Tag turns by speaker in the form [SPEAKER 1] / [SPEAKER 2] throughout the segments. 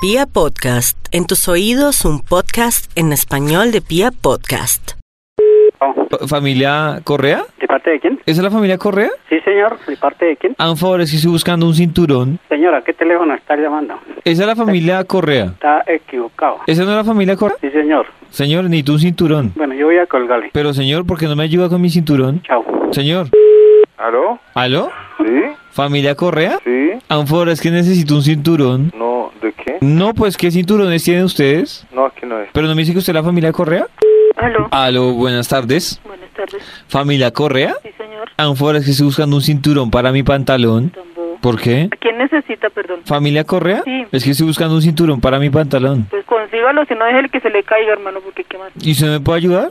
[SPEAKER 1] Pia Podcast, en tus oídos un podcast en español de Pia Podcast.
[SPEAKER 2] Fa- ¿Familia Correa?
[SPEAKER 3] Oh, ¿De parte de quién?
[SPEAKER 2] ¿Esa es la familia Correa?
[SPEAKER 3] Sí, señor. ¿De parte de quién?
[SPEAKER 2] A un favor, es que estoy buscando un cinturón.
[SPEAKER 3] Señora, ¿qué teléfono está llamando?
[SPEAKER 2] ¿Esa es la familia Correa?
[SPEAKER 3] Está equivocado.
[SPEAKER 2] ¿Esa no es la familia Correa?
[SPEAKER 3] Sí, señor.
[SPEAKER 2] Señor, necesito un cinturón.
[SPEAKER 3] Bueno, yo voy a colgarle.
[SPEAKER 2] Pero señor, ¿por qué no me ayuda con mi cinturón?
[SPEAKER 3] Chao.
[SPEAKER 2] Señor,
[SPEAKER 4] ¿Aló?
[SPEAKER 2] ¿aló?
[SPEAKER 4] ¿Sí?
[SPEAKER 2] ¿Familia Correa?
[SPEAKER 4] ¿Sí?
[SPEAKER 2] A un favor, es que necesito un cinturón.
[SPEAKER 4] No, ¿de qué?
[SPEAKER 2] No, pues, ¿qué cinturones tienen ustedes?
[SPEAKER 4] No, é. aquí no es.
[SPEAKER 2] ¿Pero no me dice que usted es la familia Correa?
[SPEAKER 5] Aló,
[SPEAKER 2] Aló, buenas tardes.
[SPEAKER 5] buenas tardes.
[SPEAKER 2] ¿Familia Correa?
[SPEAKER 5] Sí, señor.
[SPEAKER 2] A un favor, es que estoy buscando un cinturón para mi pantalón.
[SPEAKER 5] Tambo.
[SPEAKER 2] ¿Por qué?
[SPEAKER 5] ¿A quién necesita, perdón?
[SPEAKER 2] ¿Familia Correa?
[SPEAKER 5] Sí.
[SPEAKER 2] Es que estoy buscando un cinturón para mi pantalón.
[SPEAKER 5] Pues consígalo, si no es el que se le caiga, hermano, porque qué más.
[SPEAKER 2] ¿Y se me puede ayudar?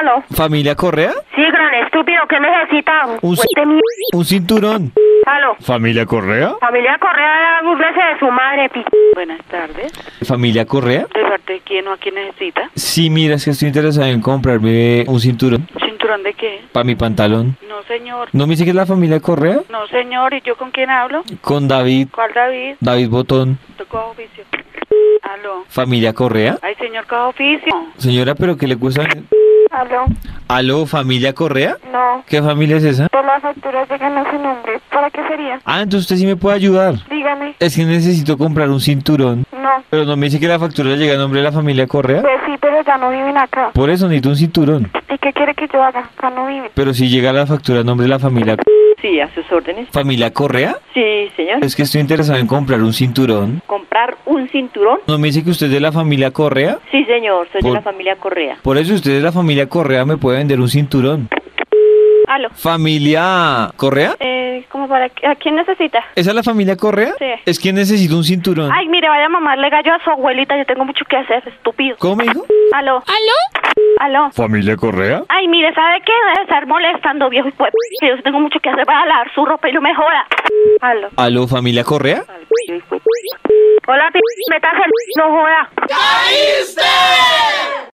[SPEAKER 6] Aló.
[SPEAKER 2] ¿Familia Correa?
[SPEAKER 6] Sí, gran estúpido, ¿qué necesita?
[SPEAKER 2] Un,
[SPEAKER 6] Pues
[SPEAKER 2] ci-
[SPEAKER 6] de mi...
[SPEAKER 2] un cinturón.
[SPEAKER 6] Aló.
[SPEAKER 2] ¿Familia Correa?
[SPEAKER 6] Familia Correa, burlese de su madre, pi...
[SPEAKER 5] Buenas tardes.
[SPEAKER 2] ¿Familia Correa?
[SPEAKER 5] ¿De parte de quién o a quién necesita?
[SPEAKER 2] Sí, mira, es que estoy interesada en comprarme un cinturón
[SPEAKER 5] ¿Cinturón de qué?
[SPEAKER 2] para mi pantalón.
[SPEAKER 5] No, señor.
[SPEAKER 2] ¿No me dice que es la familia Correa?
[SPEAKER 5] No, señor. ¿Y yo con quién hablo?
[SPEAKER 2] Con David,
[SPEAKER 5] ¿Cuál David?
[SPEAKER 2] David Botón.
[SPEAKER 5] Tocó oficio. Aló.
[SPEAKER 2] ¿Familia Correa?
[SPEAKER 5] Ay, señor, cojo oficio.
[SPEAKER 2] Señora, ¿pero qué le cuesta?
[SPEAKER 7] Aló,
[SPEAKER 2] ¿Aló, familia Correa?
[SPEAKER 7] no,
[SPEAKER 2] ¿Qué familia es esa?
[SPEAKER 7] por las facturas llegan a su nombre. ¿Para qué sería?
[SPEAKER 2] Ah, entonces usted sí me puede ayudar.
[SPEAKER 7] Dígame,
[SPEAKER 2] Es que necesito comprar un cinturón.
[SPEAKER 7] no,
[SPEAKER 2] Pero no me dice que la factura llega a nombre de la familia Correa.
[SPEAKER 7] pues sí, pero ya no viven acá.
[SPEAKER 2] Por eso necesito un cinturón.
[SPEAKER 7] ¿Y qué quiere que yo haga? Acá no viven.
[SPEAKER 2] Pero si llega la factura a nombre de la familia
[SPEAKER 8] Sí, a sus órdenes.
[SPEAKER 2] ¿Familia Correa?
[SPEAKER 8] Sí, señor.
[SPEAKER 2] Es que estoy interesado en comprar un cinturón.
[SPEAKER 8] ¿Comprar un cinturón?
[SPEAKER 2] ¿No me dice que usted es de la familia Correa?
[SPEAKER 8] Sí, señor. Soy
[SPEAKER 2] Por-
[SPEAKER 8] de la familia Correa.
[SPEAKER 2] Por eso usted es de la familia Correa, me puede vender un cinturón.
[SPEAKER 6] Aló.
[SPEAKER 2] ¿Familia Correa?
[SPEAKER 6] Eh, ¿cómo para qué? ¿A quién necesita?
[SPEAKER 2] ¿Esa es la familia Correa?
[SPEAKER 6] Sí.
[SPEAKER 2] Es que necesito un cinturón.
[SPEAKER 6] Ay, mire, vaya a mamarle gallo a su abuelita, yo tengo mucho que hacer, estúpido.
[SPEAKER 2] ¿Cómo me dijo?
[SPEAKER 6] Aló. ¿Aló? Aló.
[SPEAKER 2] ¿Familia Correa?
[SPEAKER 6] Ay, mire, ¿sabe qué? Debe estar molestando, viejo y pues, yo tengo mucho que hacer para lavar su ropa y no me joda. Aló.
[SPEAKER 2] ¿Aló, familia Correa?
[SPEAKER 6] Hola, pi... Métase, no joda.